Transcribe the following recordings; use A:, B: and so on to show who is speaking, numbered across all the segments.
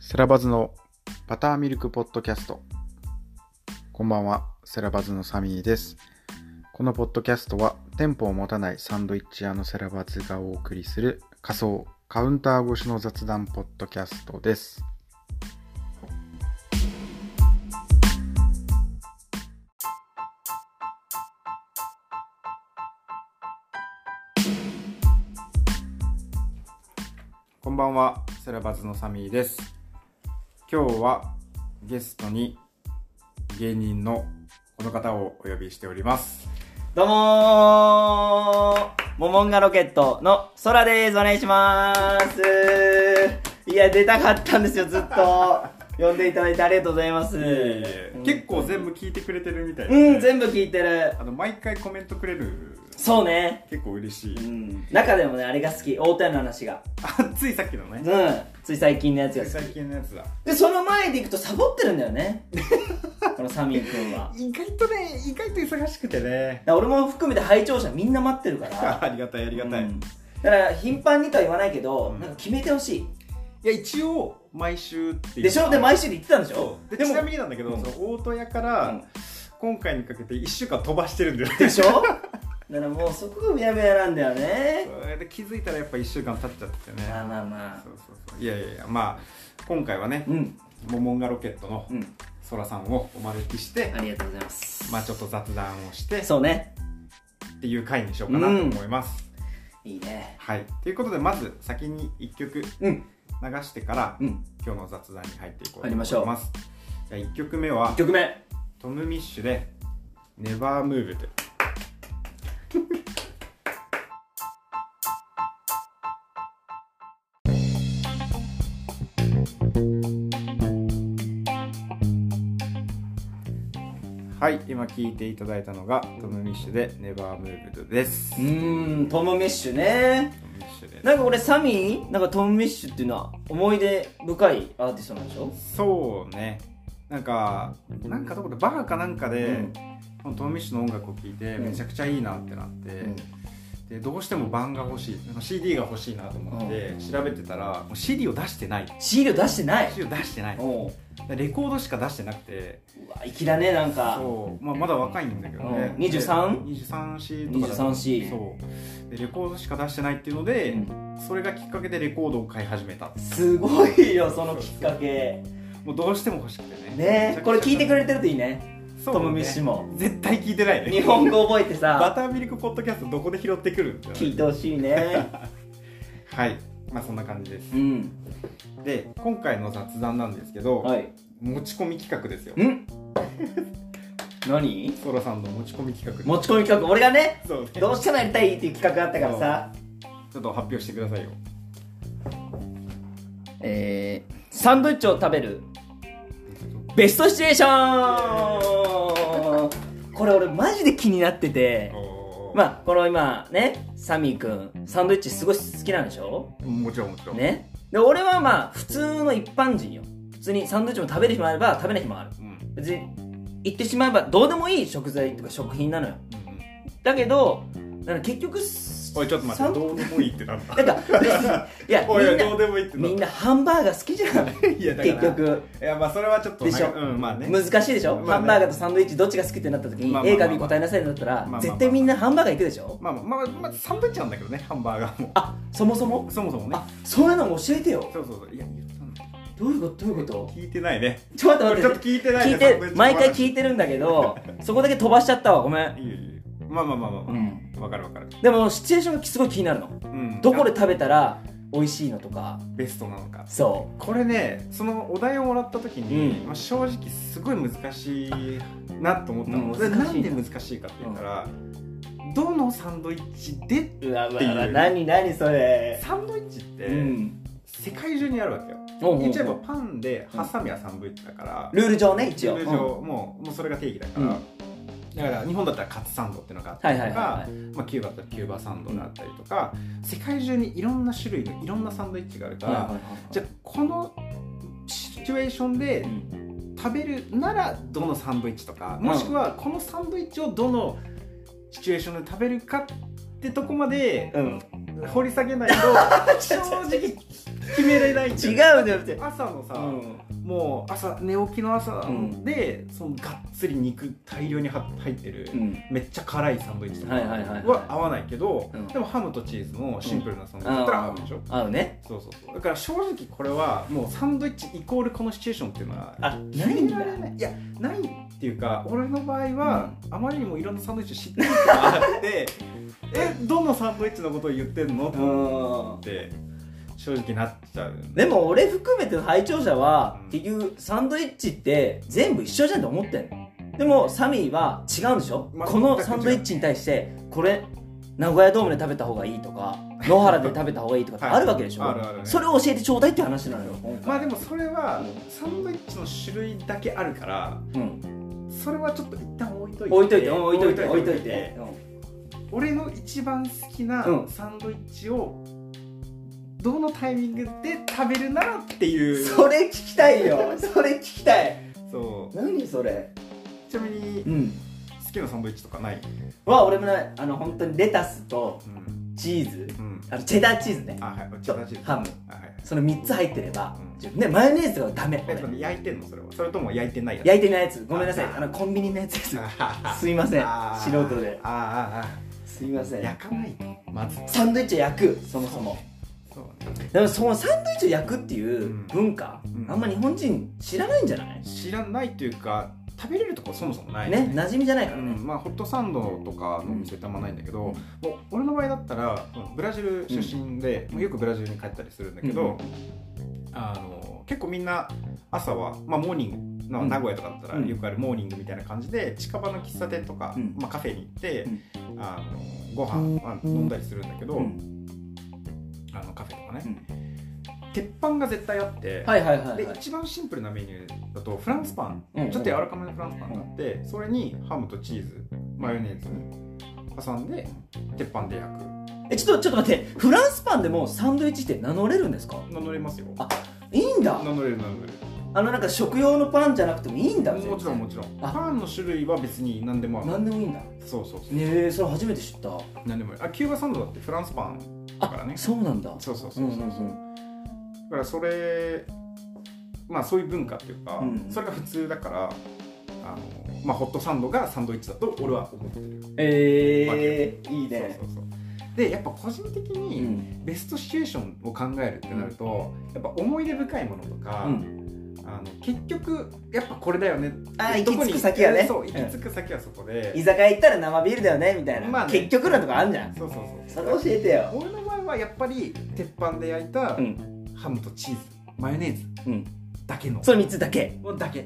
A: セラバズのバターミルクポッドキャスト。こんばんは、セラバズのサミーです。このポッドキャストは、店舗を持たないサンドイッチ屋のセラバズがお送りする仮想カウンター越しの雑談ポッドキャストです。こんばんは、セラバズのサミーです。今日はゲストに芸人のこの方をお呼びしております。
B: どうもーモモンガロケットのソラですお願いしますいや、出たかったんですよ、ずっと。呼んでいただいてありがとうございます。うん
A: 結構全部聞いてくれてるみたいですね
B: うん、全部聞いてる。
A: あの毎回コメントくれる
B: そうね。
A: 結構嬉し
B: う
A: い、
B: ん。中でもね、あれが好き。大手の話が。
A: あついさっきの
B: う
A: ね
B: ん。つい最近のやつ
A: つ
B: が
A: い最
B: 好き。
A: 近のやつだ
B: で、その前でいくとサボってるんだ よね。このサミー君は。
A: 意外とね意外と忙しくてね
B: だから俺も含めて拝聴者みんな待ってるから
A: あ。ありがたいありがたい、
B: うん
A: い
B: だから頻繁にとは言わないけど、
A: うん
B: なんか決めてほし
A: や一応毎週って
B: い
A: いう
B: でしょで毎週で言ってたんでしょ
A: そうで
B: で
A: ち
B: も
A: なみになんだけど、
B: うん
A: その大戸屋から、
B: うん
A: 今回にかけて1週間飛ばしてるんだよね
B: で しょだからもうそこがうやむやなんだよね
A: そ れで気づいたらやっぱ1週間経っちゃっててね
B: まあまあまあ
A: そうそうそういやいやいやまあ今回はね
B: うん
A: モモンガロケットの
B: うん
A: ソラさんをお招きして、
B: ありがとうございます
A: まあちょっと雑談をして
B: そうね
A: っていう回にしようかなと思います、
B: いいね
A: はいということでまず先に1曲流
B: うん
A: してから、
B: うん
A: 今日の雑談に入っていこうと
B: 入
A: 思
B: り
A: いま
B: ますしょう
A: じゃあ1曲目は
B: 1曲目
A: トム・ミッシュで「ネバームーブというはい、今聴いていただいたのがトム・ミッシュで「ネバームーブ d です。
B: う
A: トム・
B: ーんトム・ミッシュね
A: ミッシュです
B: なんか俺サミーなんかトム・ミッシュっていうのは思い出深いアーティストなんでしょ
A: そうねなんかなんかどこでバーかなんかで、
B: うん
A: このトム・ミッシュの音楽を聴いて
B: うん
A: めちゃくちゃいいなってなって、
B: うん
A: でどうしても版が欲しいなんか CD が欲しいなと思って
B: うん
A: 調べてたらもう CD を出してない
B: CD を出してない
A: CD を出してない
B: おう
A: レコードしか出してなくて
B: うわ粋だねなんか
A: そう、まあ、まだ若いんだけどね
B: うん 23?
A: 23C とかだ
B: 23C
A: そうでレコードしか出してないっていうので、
B: うん
A: それがきっかけでレコードを買い始めた
B: すごいよそのきっかけ
A: もうどうしても欲しくてね
B: ねこれ聞いてく
A: れ
B: れてるといいねトム・ミッシュも
A: 絶対聞いてないね
B: 日本語覚えて
A: バ
B: さ
A: ターミルクポッドキャストどこで拾ってくるんだよ
B: 聞いてほしい ね
A: はいまあそんな感じです
B: うん
A: で今回の雑談なんですけど、
B: はい
A: 持ち込み企画ですよ
B: ん何
A: ソラさんの持ち込み企画
B: 持ち込み企画俺がね
A: そうね
B: どうしてもやりたいっていう企画があったからさ
A: ちょっと発表してくださいよ
B: えー、サンドイッチを食べるベストシチュエーションこれ俺マジで気になってて
A: まあ
B: まあこの今ねサミーくんサンドイッチすごい好きなんでしょ
A: もちろんもちろん、
B: ねで俺はまあ普通の一般人よ普通にサンドイッチも食べる日もあれば食べない日もある
A: うんうん
B: 別に言ってしまえばどうでもいい食材とか食品なのよだけどなんか結局
A: おいちょっと待って
B: て
A: どうでもいいってなんだ
B: なんか別にいや
A: おい
B: みん
A: ど
B: な
A: うでもいいってなんだ
B: みんなハンバーガー好きじゃん
A: い やだから
B: 結局
A: いやまあそれはちょっとなんか
B: でしょ
A: うんまあね
B: 難しいでしょ、
A: まあね
B: ハンバーガーとサンドイッチどっちが好きってなった時に、
A: まあまあ
B: A か B 答えなさいってなったら、
A: まあまあ
B: 絶対みんなハンバーガー行くでしょ、
A: まあまあまあ、まあ、サンドイッチなんだけどねハンバーガーも
B: あそもそも
A: そもそもね
B: あそういうのも教えてよ
A: そうそうそういや言ったんだ
B: どういうことどういうこと
A: 聞いてないね
B: ちょっと
A: 俺ちょっ
B: 待っ
A: てと聞いてない
B: 聞
A: ねサン
B: い
A: ドイッ
B: て
A: チの話
B: 毎回聞いてるんだけどそこだけ飛ばしちゃったわごめん
A: いいよいいよまあまあまあまあまあ、
B: うん
A: わかるわかる、
B: でもシチュエーションがすごい気になるの
A: うん、
B: どこで食べたら美味しいのとか
A: ベストなのか
B: そ
A: これねそのお題をもらった時に、
B: うん
A: まあ、正直すごい難しいなと思ったの、
B: うん
A: それ
B: 難しい
A: なんで難しいかって言ったら、どのサンドイッチで
B: ううわう
A: っていう
B: 何何それ
A: サンドイッチって
B: うん
A: 世界中にあるわけよ、
B: おうおうおう
A: 言っちゃえばパンでハサミはサンドイッチだから、
B: ルール上ね
A: ル
B: 一応
A: ール
B: うん
A: 上もうもうそれが定義だから、だから日本だったらカツサンドっていうのがあった
B: はい
A: りとか、
B: はいはい
A: まあ、キューバだったらキューバサンドがあったりとか、世界中にいろんな種類のいろんなサンドイッチがあるから、
B: はい
A: じゃあこのシチュエーションで、
B: うん
A: 食べるならどのサンドイッチとかもしくはこのサンドイッチをどのシチュエーションで食 べるかってとこまで
B: うん
A: 掘り下げないと正直決めれないんだ
B: 違
A: よ
B: うんじゃなくて
A: 朝のさ、
B: うん
A: もう朝寝起きの朝
B: うん
A: で、そのがっつり肉大量には入ってる、
B: うん
A: めっちゃ辛いサンドイッチとか
B: はいはいはいはい
A: は合わないけど、
B: うん
A: でもハムとチーズのシンプルなサンドイッチだったら合うでしょ、
B: 合うね
A: そうそうそうだから正直これはもうサンドイッチイコールこのシチュエーションっていうのは
B: あないんだ
A: 決められないいやないっていうか俺の場合は、あまりにもいろんなサンドイッチを知ってるってのがあって えどのサンドイッチのことを言ってんの
B: うん
A: って正直なっちゃう
B: でも俺含めての拝聴者は
A: うん
B: 結局サンドイッチって全部一緒じゃんと思ってんのでもサミーは違うんでしょ
A: 全く違う
B: このサンドイッチに対してこれ名古屋ドームで食べた方がいいと か野原で食べた方がいいとかって
A: はい
B: あるわけでしょ、
A: あるあるね
B: それを教えてちょうだいって話なのよ
A: まあでもそれは
B: う
A: サンドイッチの種類だけあるから
B: うん、
A: それはちょっと一旦置いといて
B: 置いといて置いといて置いといて
A: 俺の一番好きな
B: うん
A: サンドイッチをどのタイミングで食べるならっていううん
B: それ聞きたいよそれ聞きたい
A: そう
B: 何それ
A: ちなみに
B: うん
A: 好きなサンドイッチとかない、
B: は俺もねあの本当にレタスと
A: うん
B: チーズ
A: うん、
B: あのチェダーチーズね
A: あはい
B: と
A: 正しいです
B: ハム
A: あはい
B: その3つ入ってれば
A: うん、
B: 十分ね、マヨネーズがダメ
A: えちょっと待って焼いてんのそれはそれとも焼いてないやつ
B: 焼いてないやつごめんなさい
A: あ
B: あのコンビニのやつです
A: あ
B: すいません
A: あ
B: 素人で
A: あああ
B: すいませ
A: あ
B: ん
A: 焼かないとまず
B: サンドイッチを焼くそもそも
A: そうね
B: でもそのサンドイッチを焼くっていう
A: うん
B: 文化、
A: うん
B: あんま日本人知らないんじゃない
A: 知らないというか食べれるとこそもそもない
B: ね馴染みじゃないか
A: う
B: らね、
A: んまあ、ホットサンドとかのお店ってあんまないんだけど、もう俺の場合だったらブラジル出身で、もうよくブラジルに帰ったりするんだけど、あの結構みんな朝は、まあ、モーニング
B: う
A: の
B: ん
A: 名古屋とかだったら
B: うん
A: よくあるモーニングみたいな感じで近場の喫茶店とか、
B: うん
A: まあ、カフェに行って、あのご飯、まあ、飲んだりするんだけど、
B: うん
A: あのカフェとかね、
B: う
A: 鉄板が絶対あって、
B: はいはいはい
A: で
B: はい
A: 一番シンプルなメニューだとフランスパン、
B: うん
A: ちょっと柔らかめのフランスパンがあって、それにハムとチーズマヨネーズ挟んで鉄板で焼く
B: えちょっとちょっと待ってフランスパンでもサンドイッチって名乗れるんですか
A: 名乗れますよ
B: あいいんだ
A: 名乗れる名乗れ
B: あのなんか食用のパンじゃなくてもいいんだ
A: るもちろんもちろん
B: あ
A: パンの種類は別に何でも
B: ろ
A: ある
B: 何でもいいんだね
A: そうそうそう
B: えそれ初めて知った
A: 何でもあるあキューバサンドだってフランスパンだからね
B: そうなんだ
A: そうそうそうそうそう
B: うんうんう
A: だからそれまあそういう文化っていうか、
B: うん
A: それが普通だからあのまあホットサンドがサンドイッチだと俺は思ってる
B: えー、いいね
A: そうそうそうでやっぱ個人的に、
B: うん
A: ベストシチュエーションを考えるってなると、やっぱ思い出深いものとか、
B: うん
A: あの結局やっぱこれだよね
B: あー
A: どこ
B: 行き
A: に
B: 着く先はね
A: そう行き着く先はそこで、
B: 居酒屋行ったら生ビールだよねみたいな、
A: まあね
B: 結局のとかあんじゃん
A: そうそうそう
B: それ教えてよ
A: 俺の場合はやっぱり鉄板で焼いた
B: うん
A: ハムとチーズマヨネーズ
B: うん
A: だけの、
B: その3つだけ
A: もうだけ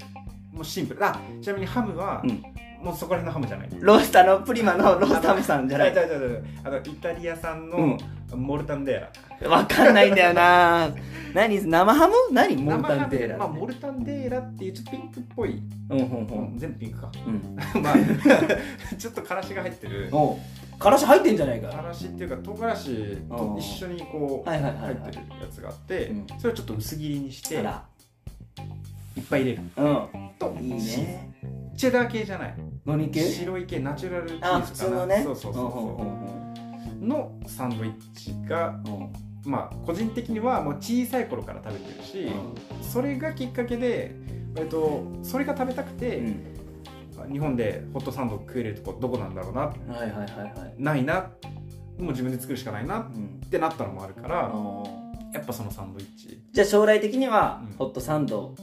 A: もうシンプルあちなみにハムは、
B: うん
A: もうそこら辺のハムじゃない
B: ロースターのプリマのロースタムさんじゃない
A: あ違う違う違うあのイタリア産のモルタンデーラ、
B: わかんないんだよな何生ハム何モル
A: 生
B: タ
A: ハ
B: ン
A: ム
B: テーラ
A: まあ、モルタンデーラっていうちょっとピンクっぽい、
B: うんうんう
A: うん
B: ん
A: 全部ピンクか
B: うん
A: まあ ちょっとからしが入ってる
B: おうからし入ってんじゃないか
A: からしっていうか唐辛子と一緒にこう
B: はい
A: 入
B: はいはいは
A: って
B: い
A: るやつがあって
B: うん
A: それをちょっと薄切りにしてい
B: あ
A: っ
B: ら
A: ぱい入れる
B: う
A: と
B: んいいね
A: チェダー系じゃない
B: 何系
A: 白い系ナチュラルチーズか
B: あ
A: な
B: 普通のね
A: そうそうそう
B: うん
A: そう
B: うんうん
A: のサンドイッチが
B: うんうん
A: まあ個人的にはもう小さい頃から食べてるしそれがきっかけで割とそれが食べたくて、
B: うん
A: 日本でホットサンド食えるとこどこなんだろうな
B: はいはいはいはい
A: ないなもう自分で作るしかないな
B: うん
A: ってなったのもあるから、
B: おう
A: やっぱそのサンドイッチ
B: じゃあ将来的には
A: うん
B: ホットサンド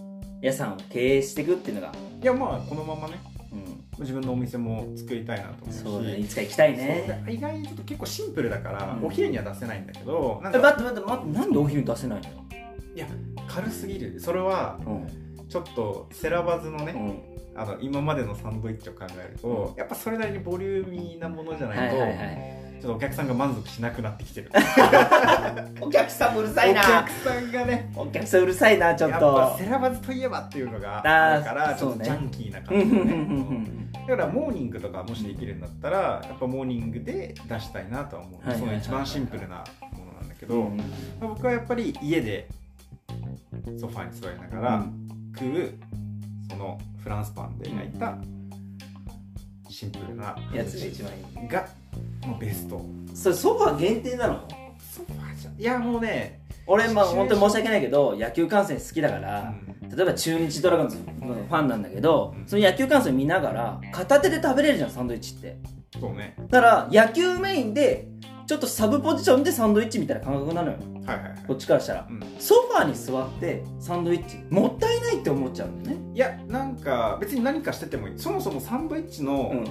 B: 屋さんを経営していくっていうのが、
A: いやまあこのままね
B: うん、
A: 自分のお店も作りたいなと思うし
B: そうだねいつか行きたいね
A: そう意外にちょっと結構シンプルだから、
B: うん
A: お昼には出せないんだけどなん
B: え
A: か
B: 待って待って待ってなんでお昼出せないのよ、
A: 軽すぎるそれは
B: うん
A: ちょっとセラバズの
B: う
A: ね、
B: ん、
A: あの今までのサンドイッチを考えると、やっぱそれなりにボリューミーなものじゃ
B: は
A: ない
B: はいい
A: と、
B: はい
A: ちょっとお客さんが満足しなくなってきて る
B: お客さんうる
A: お
B: さい
A: 客
B: な
A: さんがね
B: お客さんうるさいなちょっ
A: やっぱ
B: と
A: セラバズといえばっていうのが
B: あー
A: あるからちょ
B: そ
A: っ
B: う
A: と
B: ね
A: ジャンキーな
B: うんう
A: 感
B: ん
A: じ
B: うん
A: で
B: うん
A: ね、
B: うん
A: だからモーニングとかもしできるんだったらやっぱモーニングで出したいなとは思
B: は
A: う
B: い
A: そ
B: はいはい
A: の
B: はい
A: 一番シンプルなものなんだけ
B: う
A: ど、
B: ん
A: まあ僕はやっぱり家でソファーに座りながら食うそのフランスパンで焼いたシンプルな
B: やつが一番いい
A: がもうベスト
B: それソファー限定なの
A: ソファーじゃいやもうね
B: 俺、まあ、本当に申し訳ないけど、野球観戦好きだから、例えば中日ドラゴンズのファンなんだけど、
A: うん
B: その野球観戦見ながら、片手で食べれるじゃん、サンドイッチって。
A: そうね
B: だから、野球メインで、ちょっとサブポジションでサンドイッチみたいな感覚なのよ。
A: はいはいはい
B: こっちからしたら。
A: うん
B: ソファーに座って、サンドイッチ、もったいないって思っちゃうんだよね。
A: いやなんか別に何かしててもいいそもそもサンドイッチ
B: うん
A: の。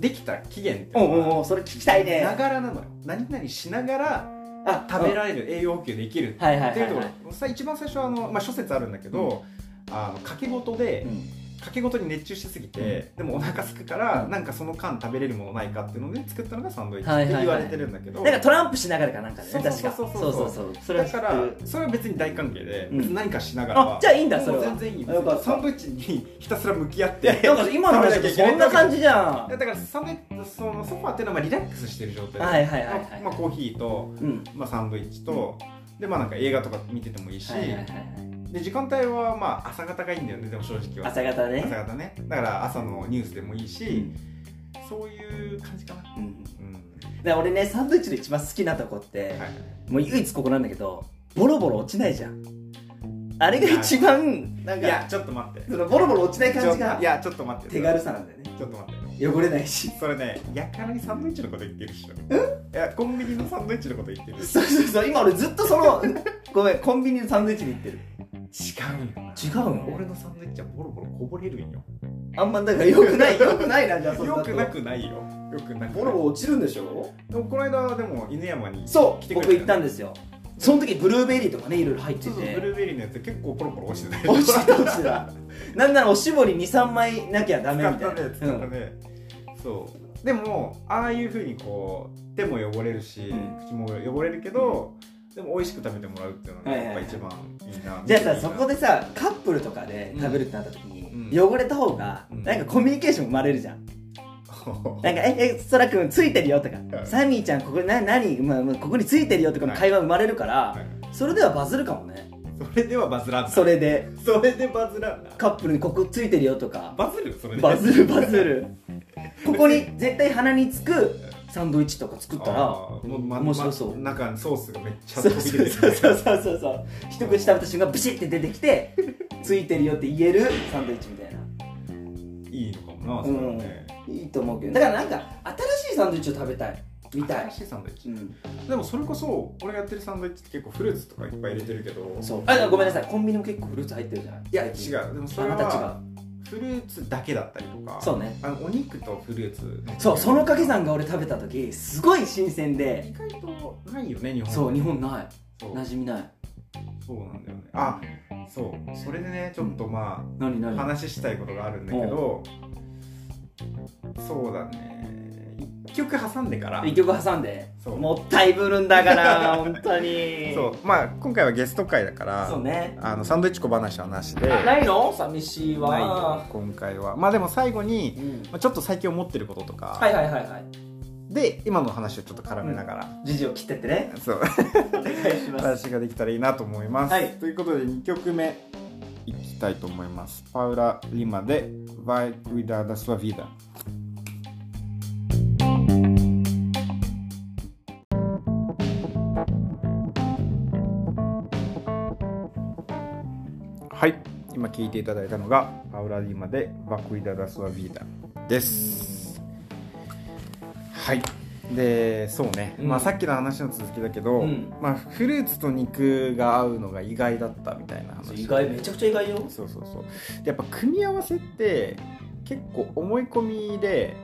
A: できた期限って
B: お
A: の
B: うおうお
A: は
B: うそれ聞きたいね。
A: ながらなのよ何々しながら
B: あ
A: 食べられる栄養補給できる
B: はいは
A: っ
B: いは
A: て
B: い
A: い
B: は
A: う
B: い、
A: ところさ一番最初はあの、まあ、諸説あるんだけど、あの掛け事で、
B: うん
A: 掛け事に熱中しすぎて、でもお腹空くから、なんかその間食べれるものないかっていうので作ったのがサンドイッチ
B: はい
A: っ
B: はい
A: て
B: はい
A: 言われてるんだけど、
B: なんかトランプしながらかなんかでね、
A: そう
B: 確か。
A: そうそうそう
B: そうそれは
A: だ
B: 知って
A: か
B: る
A: らそれは別に大歓迎で、
B: うん
A: 別に何かしながら
B: あ
A: は、
B: じゃあいいんだ、それ
A: もう
B: は
A: 全。然いい
B: あよかった
A: サンドイッチにひたすら向き合っ
B: いや
A: て
B: なんか今の話だとそんな感じじゃん。
A: だからサンドイッチそのソファーっていうのはまあリラックスしてる状態で、
B: はいはいはいはい
A: まあ、コーヒーと、
B: うん。
A: まあ、サンドイッチと、でまあなんか映画とか見ててもいいし、
B: はいはいはいはい
A: で時間帯はまあ朝方がいいんだよねでも正直は
B: 朝方
A: 朝
B: ね。
A: 方ねだから朝のニュースでもいいし、
B: うん
A: そういう感じかな
B: うんだか
A: うん
B: ら俺ね、サンドイッチで一番好きなとこって、
A: はい
B: もう唯一ここなんだけど、ボロボロ落ちないじゃん。あれが一番、なん
A: いや
B: か、
A: ちょっと待って
B: そのボロボロ落ちない感じ
A: ちょ
B: が
A: いやちょっと待って
B: 手軽さなんだよね。
A: ちょっと待って
B: 汚れないし。
A: それねやからにサンドイッチのこと言ってるっしょいやコンビニのサンドイッチのこと言ってる違
B: そうそうそう、今俺ずっとそ の、ごめん、コンビニのサンドイッチに行ってる。
A: うよ
B: 違うの
A: 俺のサンドイッチはボロボロこぼれるんよ
B: あんまだから良く ない、良くないな、じゃあそれだ
A: よ
B: と
A: くなくないよよくなくない
B: ボロボロ落ちるんでしょ
A: でもこの間でも犬山に
B: そ
A: 来
B: う
A: てくれ
B: 僕
A: たよね
B: 行ったんですよその時ブルーベリーとかねいろいろ入って
A: そうそうブ
B: て
A: ルーベリーのやつ結構ポロポロ落ちてたよ
B: 落ちた落ちたなんならおしぼり23枚なきゃダメみたい
A: 使
B: な
A: ったね使ったね、そうでもああいうふうにこう手も汚れるし、
B: うん
A: 口も汚れるけど、でも美味しく食べてもらうっていうのが
B: はいはい
A: やっ
B: は
A: ぱ
B: い
A: 一番いいな、
B: うんじゃあさそ こ
A: で
B: でさカップルとかで食べるってなった時に、
A: う
B: 汚れた方が
A: うん
B: なんかコミュニケーション生まれるじゃん、なんか「ええそらくんついてるよ」とか
A: う
B: 「
A: ん
B: サミーちゃんここな何、まあまあ、ここについてるよ」とかの会話生まれるから、それではバズるかもね
A: それではバズらんな
B: それで
A: それでバズらんな
B: カップルにここついてるよとか
A: バズるそれで
B: バズるバズ るここに絶対鼻につくサンドイッチとか作ったら
A: あーもう、ま、
B: 面白そう
A: ま中にソースがめっちゃ
B: そう
A: 飛
B: そう
A: び
B: そ
A: 出
B: う
A: て
B: そう
A: る
B: そうそうそう一口食べた瞬間ブシッて出てきてついてるよって言えるサンドイッチみたいない
A: いのかもなそれはね、
B: いいと思うけどだからなんか新しいサンドイッチを食べたいみた
A: 新
B: い、
A: しいサンドイッチ
B: うん、
A: でもそれこそ俺がやってるサンドイッチって結構フルーツとかいっぱい入れてるけど
B: そうあごめんなさいコンビニも結構フルーツ入ってるじゃない
A: いや違うでもそ
B: あ
A: れ
B: な
A: は
B: た違
A: フルーツだけだったりとか
B: うそうね
A: あのお肉とフルーツ
B: そうその掛け
A: 算
B: 算が俺食べた時すごい新鮮で
A: 意外とないよね日本
B: そう日本ない
A: そう
B: 馴染みない
A: そうなんだよねあそうそれでねちょっとま
B: 何
A: あ
B: 何
A: 話したいことがあるんだけどそうだね一曲挟んでから
B: 一曲挟んで
A: そう
B: もったいぶるんだから 本当に
A: そうまあ今回はゲスト会だから
B: そうね
A: あのサンドイッチ小話はなしで
B: あ
A: ない
B: ないの寂しいわ
A: と今回はまあでも最後に
B: うん
A: まあちょっと最近思ってることとか、
B: はいはいはいはい
A: で今の話をちょっと絡めながら、
B: 時事を切ってって ね
A: そう
B: お願いします
A: 話ができたらいいなと思います。
B: はい
A: ということで2曲目いきたいと思います。パウラ・リマで「Vai cuidar da sua vida」。はい、今聴いていただいたのがパウラ・リマで「Vai cuidar da sua vida」です。はいでそうね、
B: うん
A: まあさっきの話の続きだけど、
B: うん
A: まあ、フルーツと肉が合うのが意外だったみたいな話
B: 意外めちゃくちゃ意外よ
A: そうそうそうでやっぱ組み合わせって結構思い込みで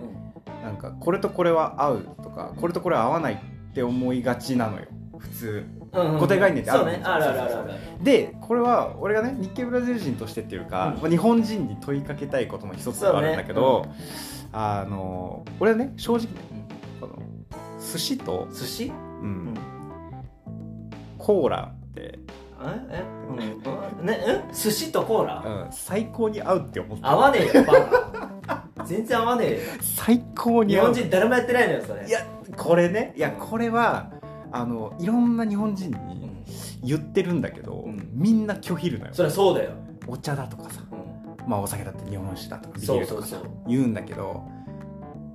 A: なんかこれとこれは合うとかこれとこれは合わないって思いがちなのよ普通固定概念ってある
B: そうねあるあるあるある
A: でこれは俺がね日系ブラジル人としてっていうか、
B: うん
A: まあ日本人に問いかけたいことの一つではあるんだけど、あの俺はね正直ねこの寿司と、
B: 寿司
A: うん
B: ん
A: コーラって、
B: ええねえ寿司とコー
A: う
B: ラ
A: ん、最高に合うって思って
B: 合わねえよバカ全然合わねえよ
A: 最高に
B: 日
A: 合
B: 本
A: う
B: 人誰もやってないのよそれ
A: いやこれねいやこれはあのいろんな日本人
B: う
A: に
B: ん
A: 言ってるんだけど、
B: うん
A: みんな拒否るのよ
B: そりゃそうだよ
A: お茶だとかさ、
B: うん
A: まあ、お酒だって日本酒だとかビ
B: そ
A: ー
B: う
A: ルと
B: そう
A: かさ
B: そう
A: 言うんだけど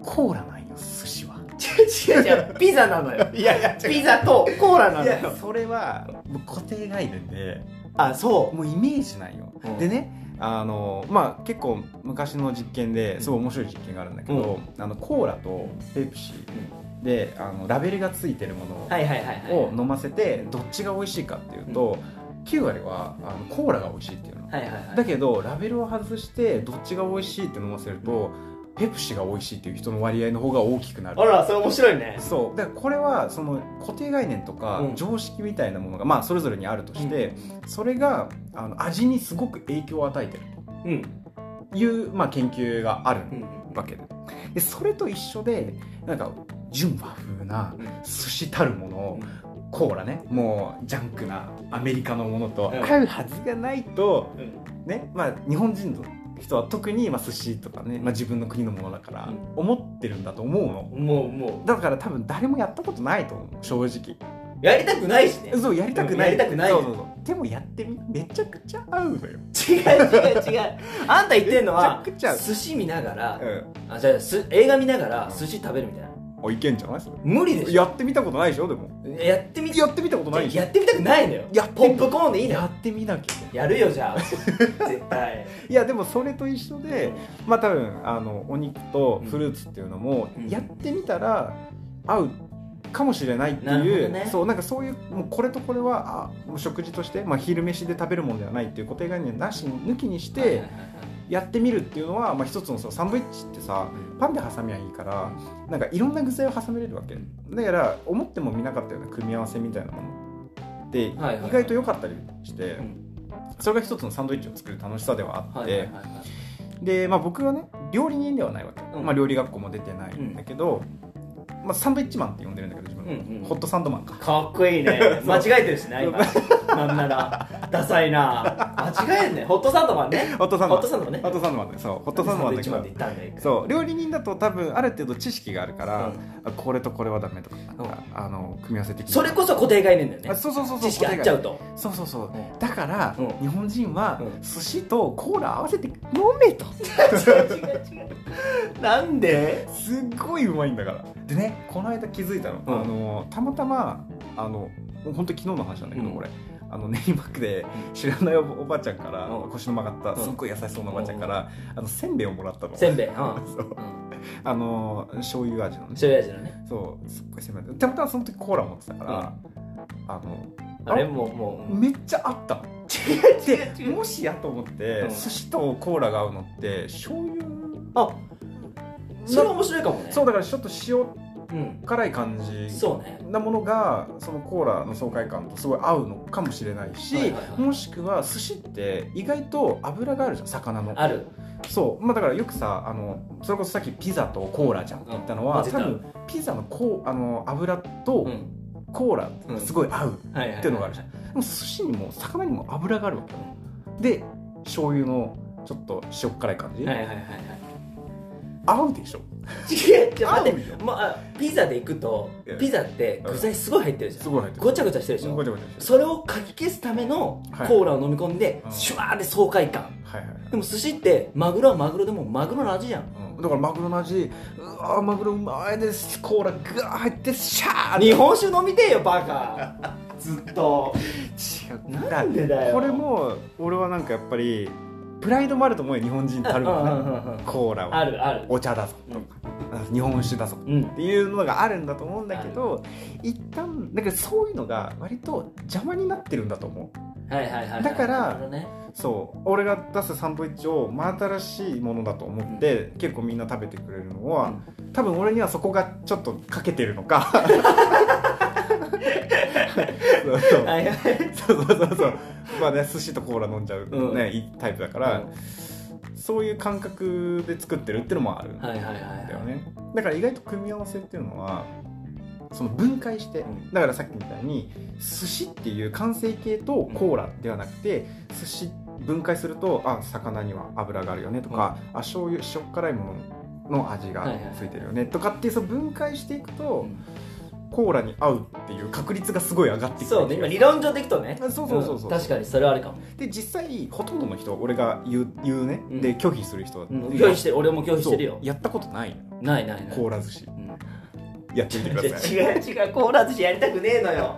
A: コーラなんよ寿司は
B: 違う違違う違うピザなのよ
A: いやいや 違う
B: ピザとコーラないの
A: や
B: よ
A: それはもう固定概念で
B: あそう
A: もうイメージないよ、
B: うん
A: でねあのまあ結構昔の実験ですごい面白い実験があるんだけど、あのコーラとペプシであのラベルがついてるものを
B: はいはいはいはい
A: を飲ませてどっちが美味しいかっていうと、9割はあのコーラが美味しいっていうの、
B: はいはいはい
A: だけどラベルを外してどっちが美味しいって飲ませると、ペプシが美味しいっていう人の割合の方が大きくなる
B: あらそれ面白いね
A: そうだからこれはその固定概念とか
B: うん
A: 常識みたいなものが、まあそれぞれにあるとして、それがあの味にすごく影響を与えてる
B: うん
A: という、まあ、研究がある
B: うん
A: わけででそれと一緒でなんか純和風な
B: うん
A: 寿司たるものを
B: うん
A: コーラねもうジャンクなアメリカのものと
B: うん
A: 合うはずがないと、
B: うん
A: ねまあ、日本人の人は特に、まあ、寿司とかね、まあ、自分の国のものだから
B: うん
A: 思ってるんだと思うの
B: もうも
A: だから多分誰もやったことないと思う正直
B: うやりたくないしね
A: そうやりたくない
B: うんやりたくない
A: そ
B: よ
A: うそうそうでもやってみめちゃくちゃ合うのよ
B: 違う違う違うあんた言ってんのは
A: めちゃくちゃ
B: 寿司見ながら
A: うん
B: あじゃあす映画見ながら寿司食べるみたいな
A: おいけんじゃないそれ
B: 無理でしょ
A: やってみたことないでしょでも
B: やってみ
A: やってみたことないでしょ
B: やってみたくないのよ
A: やって
B: ポ
A: み
B: ップコーンでいいの
A: や
B: よ
A: ってみなきゃ
B: やるよじ ゃあ絶対
A: いやでもそれと一緒で、まあ多分あのお肉とフルーツっていうのも
B: うん
A: やってみたら合うかもしれないって
B: なるほ
A: い
B: ど
A: う、
B: ね
A: そうなんかそういうもうこれとこれはあもう食事として、まあ、昼飯で食べるものではないっていう固定概念なし抜きにし
B: はいはい
A: て
B: はい
A: やってみるっていうのは、まあ、一つのそのサンドイッチってさパンで挟みはいいからなんかいろんな具材を挟めれるわけだから思っても見なかったような組み合わせみたいなものって意
B: はいはいはい
A: 外と良かったりして
B: うん
A: それが一つのサンドイッチを作る楽しさではあっ
B: は
A: て。
B: いはいはいはい
A: で、まあ、僕はね料理人ではないわけ、
B: うん
A: まあ、料理学校も出てないんだけど、まあ、サンドイッチマンって呼んでるんだけど自分の、
B: うんうん
A: ホットサンドマンか
B: かっこいいね間違えてるしな今なんならダサいな間違えんねホットサンドマンね
A: ホットサンドマ
B: ホッ
A: ン
B: トサンドマンね
A: ホットサンドマンだよそうホットサンドマンだけ
B: 一番で
A: ど
B: 言ったんだよ一回
A: そう料理人だと多分ある程度知識があるから、
B: うん
A: あこれとこれはダメとかなんかあの組み合わせ的に
B: それこそ固定概念だよね
A: あそうそうそうそう
B: 知識あっちゃうと
A: そうそうそう、
B: うん
A: だから、
B: うん
A: 日本人は
B: うん
A: 寿司とコーラ合わせて飲めと
B: なんです
A: っごいうまいんだからでねこの間気づいたの,、
B: うん
A: あのたまたまあの本当昨日の話なんだけど、
B: うん
A: 俺あの練馬区で知らないおおばあちゃんから、
B: うん
A: 腰の曲がっ
B: う
A: た
B: ん
A: すっごい優しそうなおばあちゃんから、あのせんべいをもらったの
B: せんべいうん
A: そうあの醤油味のね
B: 醤油味のね
A: そうすっごいせんべいたまたまその時コーラ持ってたから、あの
B: あれもうもう
A: めっちゃあったの
B: 違う違う
A: でもしやと思って、
B: うん
A: 寿司とコーラが合うのって醤油
B: あそれ面白いかもね
A: そうだからちょっと塩
B: うん
A: 辛い感じ
B: そうね
A: なものがそのコーラの爽快感とすごい合うのかもしれないし、
B: はいはいはい
A: もしくは寿司って意外と脂があるじゃん魚の
B: ある
A: そうまあだからよくさあのそれこそさっきピザとコーラじゃんって言ったのは、
B: うん混ぜ
A: 多
B: た
A: 分ピザのこうあの油
B: う
A: と
B: ん
A: コーラがすごい合う
B: はいはい
A: っていうのがあるじゃん、でも寿司にも魚にも油があるわけよで醤油のちょっと塩辛い感じ、
B: はいはいはいは
A: 合うでしょ
B: い違う違う待っ
A: 合うよ
B: てまあピザで行くと
A: うん
B: ピザって具材すごい入ってるじゃ
A: す
B: ん
A: ごい入ってる
B: ごちゃごちゃしてるでし
A: ご
B: ょ
A: ちゃごちゃしてる
B: それをかき消すための
A: はい
B: コーラを飲み込んで
A: うん
B: シュワーで爽快感
A: はいはいはい
B: でも寿司ってマグロはマグロでもマグロの味じゃん
A: うんだからマグロの味うわーマグロうまいですコーラガー入ってシャー
B: 日本酒飲みてえよバ カずっと
A: 違う
B: なんでだよ
A: これも俺はなんかやっぱりプライドもあると思うよ日本人たるも
B: うんうんうん
A: の
B: うん
A: ねコーラ
B: あ
A: は
B: るある
A: お茶だぞとか、日本酒だぞ
B: うん
A: っていうのがあるんだと思うんだけど一旦だからそういうのが割と邪魔になってるんだと思う
B: はいはいはいはい
A: だから
B: なるほどね
A: そう俺が出すサンドイッチを真新しいものだと思って、結構みんな食べてくれるのは、多分俺にはそこがちょっと欠けてるのかそうそう
B: はいはい
A: そうそうそうそうまあね寿司とコーラ飲んじゃう、ね
B: うん
A: いいタイプだから、そういう感覚で作ってるってのもあるんだ
B: はいはいはい
A: よ
B: は
A: ねだから意外と組み合わせっていうのはその分解して、
B: うん
A: だからさっきみたいに寿司っていう完成形とコーラではなくて寿司分解するとあ魚には脂があるよねとか、あ醤油塩辛いものの味がついてるよねとかっていうその分解していくと、コーラに合うっていう確率がすごい上がって
B: い
A: きて
B: そうね今理論上でいくとね
A: あそうそうそうそう
B: 確かにそれはあるかも
A: で実際ほとんどの人俺が言う言うね、
B: うん
A: で拒否する人は、
B: うん拒否してる俺も拒否してるよ
A: そうやったことないの
B: ないないない
A: コーラ寿司
B: うん
A: やってみてください
B: 違う違うコーラ寿司やりたくねえのよ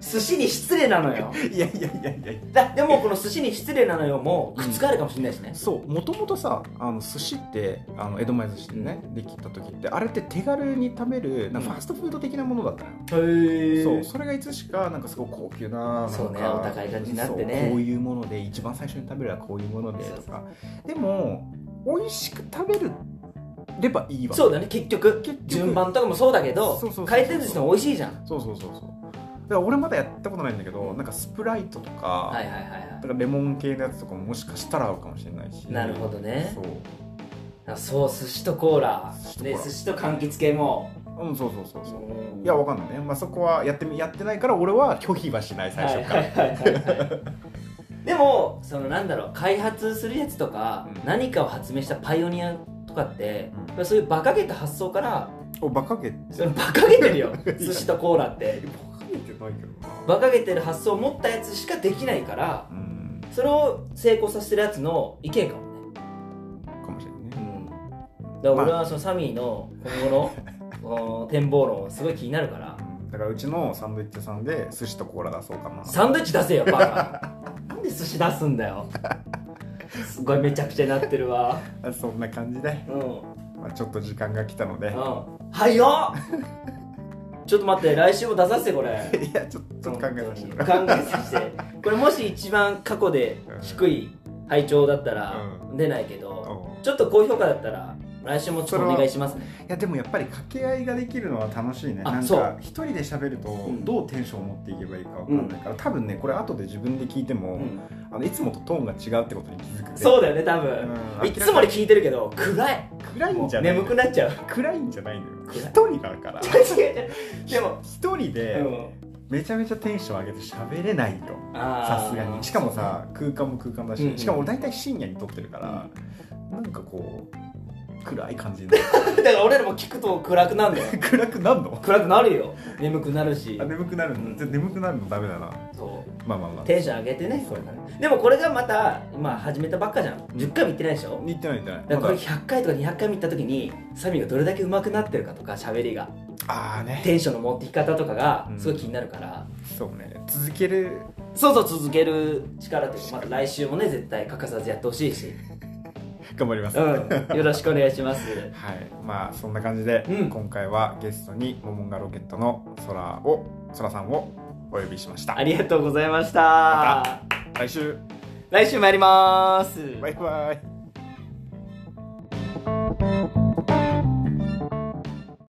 B: 寿司に失礼なの よ
A: いやいやいやいや
B: だでもこの寿司に失礼なのよもう覆るかもしれないしね、
A: そうもともとさあの寿司ってあの江戸前寿司でね、できた時ってあれって手軽に食べるなんか
B: うん
A: ファーストフード的なものだったのよ、
B: へ
A: そうそれがいつしかなんかすごい高級ななんか
B: そうねお高い感じになってね
A: そうこういうもので一番最初に食べるのはこういうものでとかでも美味しく食べるればいいわけ
B: そうだね結局
A: 結局
B: 順番とかもそうだけ
A: そ
B: ど
A: うそうそう
B: 回転寿司の方が美味しいじゃん
A: そうそうそうそうだから俺まだやったことないんだけどなんかスプライトとか,、
B: はいはいはいは
A: なんかレモン系のやつとかももしかしたら合うかもしれないし
B: いなるほどね
A: そう
B: あそう寿司とコーラ
A: 寿司とコー
B: で
A: ラ
B: 寿司と柑橘系も
A: うんそうそうそうそう
B: うん
A: いやわかんないね、まあ、そこはやってみやってないから俺は拒否はしない最初から、
B: はいはいはいはいはいでもそのなんだろう開発するやつとか、
A: うん
B: 何かを発明したパイオニアとかって
A: うん、
B: まあそういう馬鹿げた発想から
A: おバカげて
B: その馬鹿げて るよ寿司とコーラって
A: バカげてないけどな
B: 馬鹿げてる発想を持ったやつしかできないから
A: うん
B: それを成功させてるやつの意見かもね
A: かもしれないね
B: うんだから俺はそのサミーの今後 のこの展望論はすごい気になるから
A: うんだからうちのサンドイッチ屋さんで寿司とコーラ出そうかな
B: サンドイッチ出せよ バカなんで寿司出すんだよすごいめちゃくちゃになってるわ
A: あそんな感じで、
B: うんうん
A: まあ、ちょっと時間が来たので
B: はいよ ちょっと待って来週も出させてこれ
A: いやちょっとちょっと考えまし
B: 考
A: た
B: えさせてこれもし一番過去で低い拝聴だったら出ないけど、
A: うん
B: ちょっと高評価だったら来週もちょっとお願いしますね
A: いやでもやっぱり掛け合いができるのは楽しいね
B: あ
A: なん
B: そう
A: か一人で喋ると
B: ん
A: どうテンションを持っていけばいいかわかんないから、多分ねこれ後で自分で聞いても、
B: うん
A: あのいつもとトーンが違うってことに気づくね
B: そうだよね多分、
A: うん
B: いつもで聞いてるけど暗い
A: 暗いんじゃない
B: 眠くなっちゃう
A: 暗いんじゃないのよ
B: 暗い
A: 一人だから
B: でも
A: 一人
B: で
A: で
B: も
A: めちゃめちゃテンション上げて喋れないよ
B: あー
A: さすがにしかもさ空間も空間だ
B: うんうん
A: ししかも俺大体深夜に撮ってるからなんかこう暗い感じになる
B: だから俺らも聞くと暗くなるんだよ
A: 暗くなんの
B: 暗くなるよ眠くなるし
A: あ眠くなるの眠くなるのダメだな
B: そう
A: まあまあまあ
B: テンション上げてね
A: そう
B: でもこれがまた今始めたばっかじゃん10回も行ってないでしょ、
A: 言ってない言ってな
B: だ
A: いま
B: からこ
A: だ
B: れ100回とか200回も行った時にサミがどれだけ上手くなってるかとか喋りが
A: ああね
B: テンションの持ってき方とかが
A: うん
B: すごい気になるから、
A: そうね続ける
B: そうそう続ける力というかまた来週もね絶対欠かさずやってほしいし
A: 頑張ります
B: うん、よろしくお願いします。
A: はいまあそんな感じで
B: うん
A: 今回はゲストにモモンガロケットの空を空さんをお呼びしました
B: ありがとうございました。
A: 来週
B: 来週もやります。
A: バイバイ